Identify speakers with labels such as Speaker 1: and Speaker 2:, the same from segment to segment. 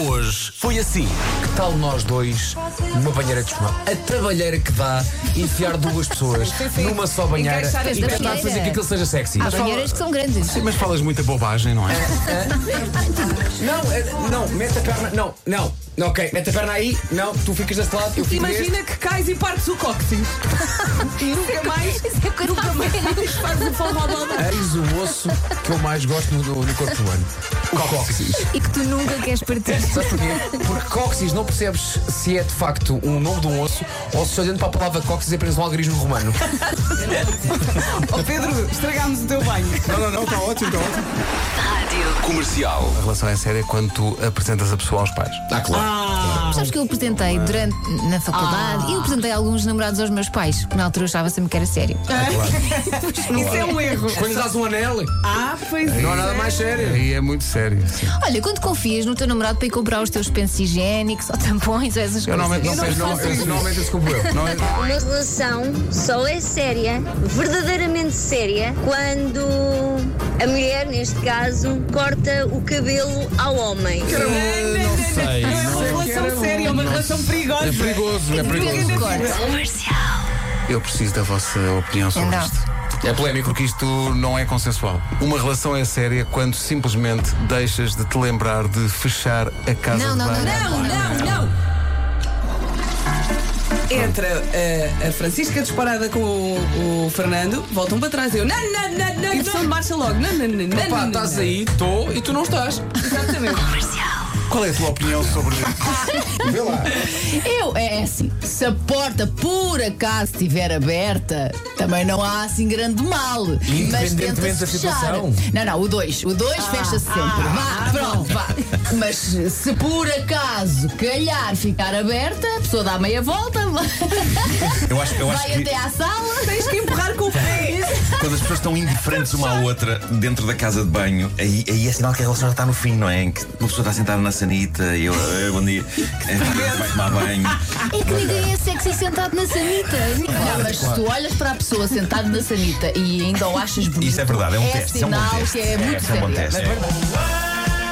Speaker 1: hoje foi assim.
Speaker 2: Que tal nós dois numa banheira de espuma? A trabalheira que dá enfiar duas pessoas numa só banheira
Speaker 3: Encaixar
Speaker 2: e
Speaker 3: as
Speaker 2: tentar
Speaker 3: banheiras.
Speaker 2: fazer que aquilo seja sexy.
Speaker 3: Há banheiras que são grandes.
Speaker 1: Mas falas muita bobagem, não é?
Speaker 2: Não, é- não, mete a perna. Não, não. não, Ok, mete a perna aí. Não, tu ficas desse lado. Eu fico deste.
Speaker 3: que cais e partes o cóccix. e nunca mais, nunca mais faz o formal
Speaker 2: Eis o osso que eu mais gosto no, no corpo humano. O cóccix.
Speaker 4: E que tu nunca queres partir.
Speaker 2: Sabes porquê? Porque cóccix não percebes se é de facto um nome de um osso ou se olhando para a palavra cóccix é apenas um algarismo romano.
Speaker 3: Oh Pedro, estragámos o teu banho.
Speaker 1: Não, não, não, está ótimo, está ótimo. Comercial. A relação é séria quando tu apresentas a pessoa aos pais.
Speaker 2: Ah, claro.
Speaker 4: Sabes que eu apresentei Ah. durante, na faculdade, eu apresentei alguns namorados aos meus pais, porque na altura eu achava sempre que era sério.
Speaker 3: Isso é um erro.
Speaker 2: Quando lhe dás um anel,
Speaker 3: Ah, pois é.
Speaker 2: não há nada mais sério.
Speaker 1: Aí é muito sério. sim.
Speaker 4: Olha, quando confias no teu namorado para ir comprar os teus pensos higiênicos ou tampões ou essas
Speaker 1: Eu
Speaker 4: coisas.
Speaker 1: normalmente não, sei, não, eu, normalmente desculpo eu. Não é-
Speaker 5: Uma relação só é séria, verdadeiramente séria, quando a mulher, neste caso, corta o cabelo ao homem.
Speaker 3: Não, não sei. Não é uma relação séria, é uma relação perigosa.
Speaker 1: É perigoso, é
Speaker 4: Depende do
Speaker 1: perigoso.
Speaker 4: corte.
Speaker 1: Eu preciso da vossa opinião sobre
Speaker 4: Então.
Speaker 1: isto. É polémico porque isto não é consensual. Uma relação é séria quando simplesmente deixas de te lembrar de fechar a casa
Speaker 4: Não,
Speaker 1: de
Speaker 4: não, é
Speaker 1: banho.
Speaker 4: não,
Speaker 3: Não, não, não. Entra eh, a Francisca disparada com o, o Fernando, voltam para trás. Eu, não, não, não, não. E são de marcha logo. Não, não, não, não.
Speaker 2: Pá,
Speaker 3: não,
Speaker 2: estás
Speaker 3: não.
Speaker 2: aí, estou e tu não estás.
Speaker 3: Exatamente.
Speaker 1: Qual é a tua opinião sobre
Speaker 6: Eu, é assim, se a porta por acaso estiver aberta, também não há assim grande mal. Mas
Speaker 2: Independentemente
Speaker 6: tenta-se
Speaker 2: da
Speaker 6: fechar.
Speaker 2: situação.
Speaker 6: Não, não, o 2. O 2 fecha-se sempre. vá, pronto, vá. Mas se por acaso calhar ficar aberta, a pessoa dá a meia volta,
Speaker 7: Eu acho, eu acho
Speaker 6: vai
Speaker 7: que
Speaker 6: até à sala.
Speaker 3: Tens que empurrar com o pé.
Speaker 7: quando as pessoas estão indiferentes uma à outra dentro da casa de banho, aí, aí é sinal que a relação já está no fim, não é? Em que uma pessoa está sentada na sanita e eu, "Ei, bom dia, eh, vai tomar banho.
Speaker 4: É que ninguém é sexy sentado na sanita.
Speaker 6: Não, mas se tu olhas para a pessoa sentada na sanita e ainda o achas bonito,
Speaker 7: Isso é verdade, é um teste. isso
Speaker 6: sinal
Speaker 7: é um bom teste.
Speaker 6: que é muito
Speaker 7: isso é um bom
Speaker 6: sério.
Speaker 7: teste. é.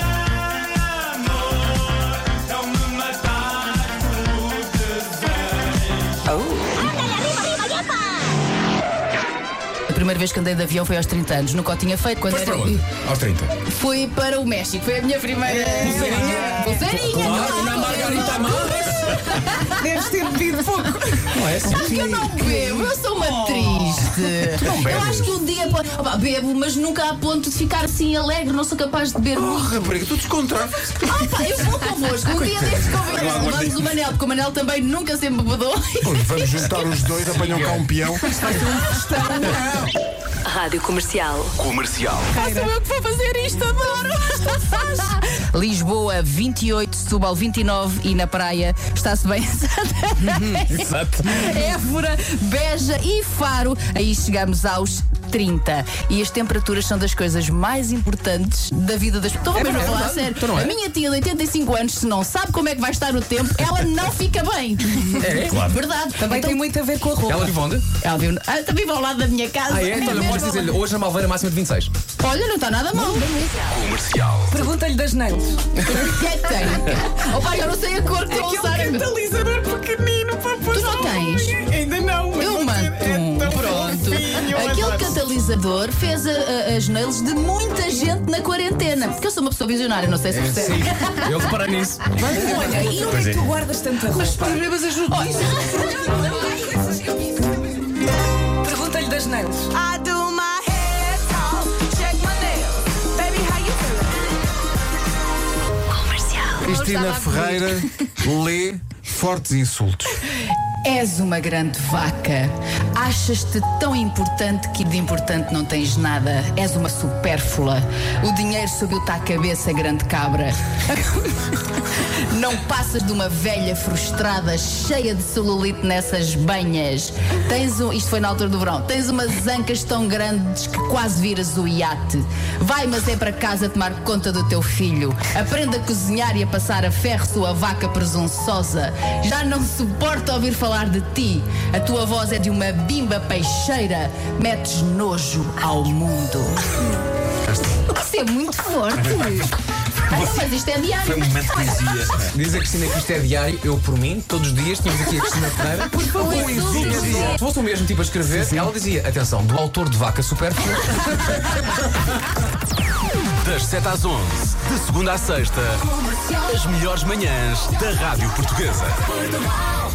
Speaker 6: A primeira vez que andei de avião foi aos 30 anos, nunca o tinha feito quando era.
Speaker 2: Aos 30.
Speaker 6: Fui para o México, foi a minha primeira. Pulseirinha! Pulseirinha!
Speaker 2: Claro, na Margarita Amado.
Speaker 3: Deves ter bebido pouco. assim.
Speaker 2: Não é
Speaker 6: Acho que eu não bebo, eu sou uma
Speaker 2: Oh.
Speaker 6: triste. eu acho que um dia pode- Opa, bebo, mas nunca a ponto de ficar assim alegre, não sou capaz de beber muito.
Speaker 1: Rapariga, tu descontraste.
Speaker 6: Opa, eu vou convosco, um dia destes convidar levamos o Manel, porque o Manel também nunca sempre bebedou.
Speaker 1: Vamos juntar os dois, apanham cá um peão.
Speaker 8: Rádio Comercial.
Speaker 6: Sou eu que vou fazer isto, adoro! Lisboa 28, Setúbal 29 e na praia está-se bem.
Speaker 2: Exato.
Speaker 6: Évora, Beja e Faro. Aí chegamos aos 30. E as temperaturas são das coisas mais importantes da vida das pessoas. Estou mesmo a falar a sério. A minha tia de 85 anos, se não sabe como é que vai estar o tempo, ela não fica bem. É,
Speaker 7: Claro.
Speaker 6: Verdade.
Speaker 3: Também
Speaker 6: Então,
Speaker 3: tem muito a ver com a roupa.
Speaker 2: Ela vive onde?
Speaker 6: ela vive, ah, ela vive ao lado da minha casa.
Speaker 2: Ah, é?
Speaker 6: Na
Speaker 2: Então, olha,
Speaker 6: mesma
Speaker 2: podes dizer-lhe, hoje a Malveira máxima de 26.
Speaker 6: rua. Olha, não está nada mal.
Speaker 3: Pergunta-lhe das nails.
Speaker 6: O que é que tem? Oh, pai, eu não sei a cor que estou a
Speaker 3: Aquele
Speaker 6: usar. agora.
Speaker 3: catalisador pequenino para pôr
Speaker 6: Tu não
Speaker 3: só
Speaker 6: tens?
Speaker 3: um. Ainda não. mas
Speaker 6: Eu
Speaker 3: vou ter.
Speaker 6: manto.
Speaker 3: É tão
Speaker 6: Pronto.
Speaker 3: fofinho,
Speaker 6: Aquele
Speaker 3: adoro.
Speaker 6: catalisador fez a- a- as nails de muita gente na quarentena. Porque eu sou uma pessoa visionária, não sei se percebe.
Speaker 2: Eu reparo nisso.
Speaker 3: Olha, e onde é que tu guardas tanta roupa? Mas problemas ajudam. Pergunta-lhe das nails.
Speaker 9: I do my hair toss, check my nails. Baby, how you feeling?
Speaker 1: Cristina Ferreira lê fortes insultos.
Speaker 6: És uma grande vaca. Achas-te tão importante que de importante não tens nada. És uma supérflua. O dinheiro subiu-te à cabeça, grande cabra. Não passas de uma velha frustrada, cheia de celulite nessas banhas. Tens um, isto foi na altura do verão. Tens umas ancas tão grandes que quase viras o iate. Vai, mas é para casa tomar conta do teu filho. Aprenda a cozinhar e a passar a ferro sua vaca presunçosa. Já não suporto ouvir falar de ti. A tua voz é de uma bimba peixeira. Metes nojo ao mundo.
Speaker 4: Isso é muito forte.
Speaker 6: Ah, não, mas isto é diário.
Speaker 7: Foi um momento de poesia.
Speaker 2: Diz a Cristina que isto é diário, eu por mim, todos os dias tínhamos aqui a Cristina Pereira. Por favor, Se fosse o mesmo tipo a escrever, ela dizia: atenção, do autor de vaca superflua.
Speaker 8: Das 7 às 11, de segunda à sexta, as melhores manhãs da Rádio Portuguesa.
Speaker 9: Portugal.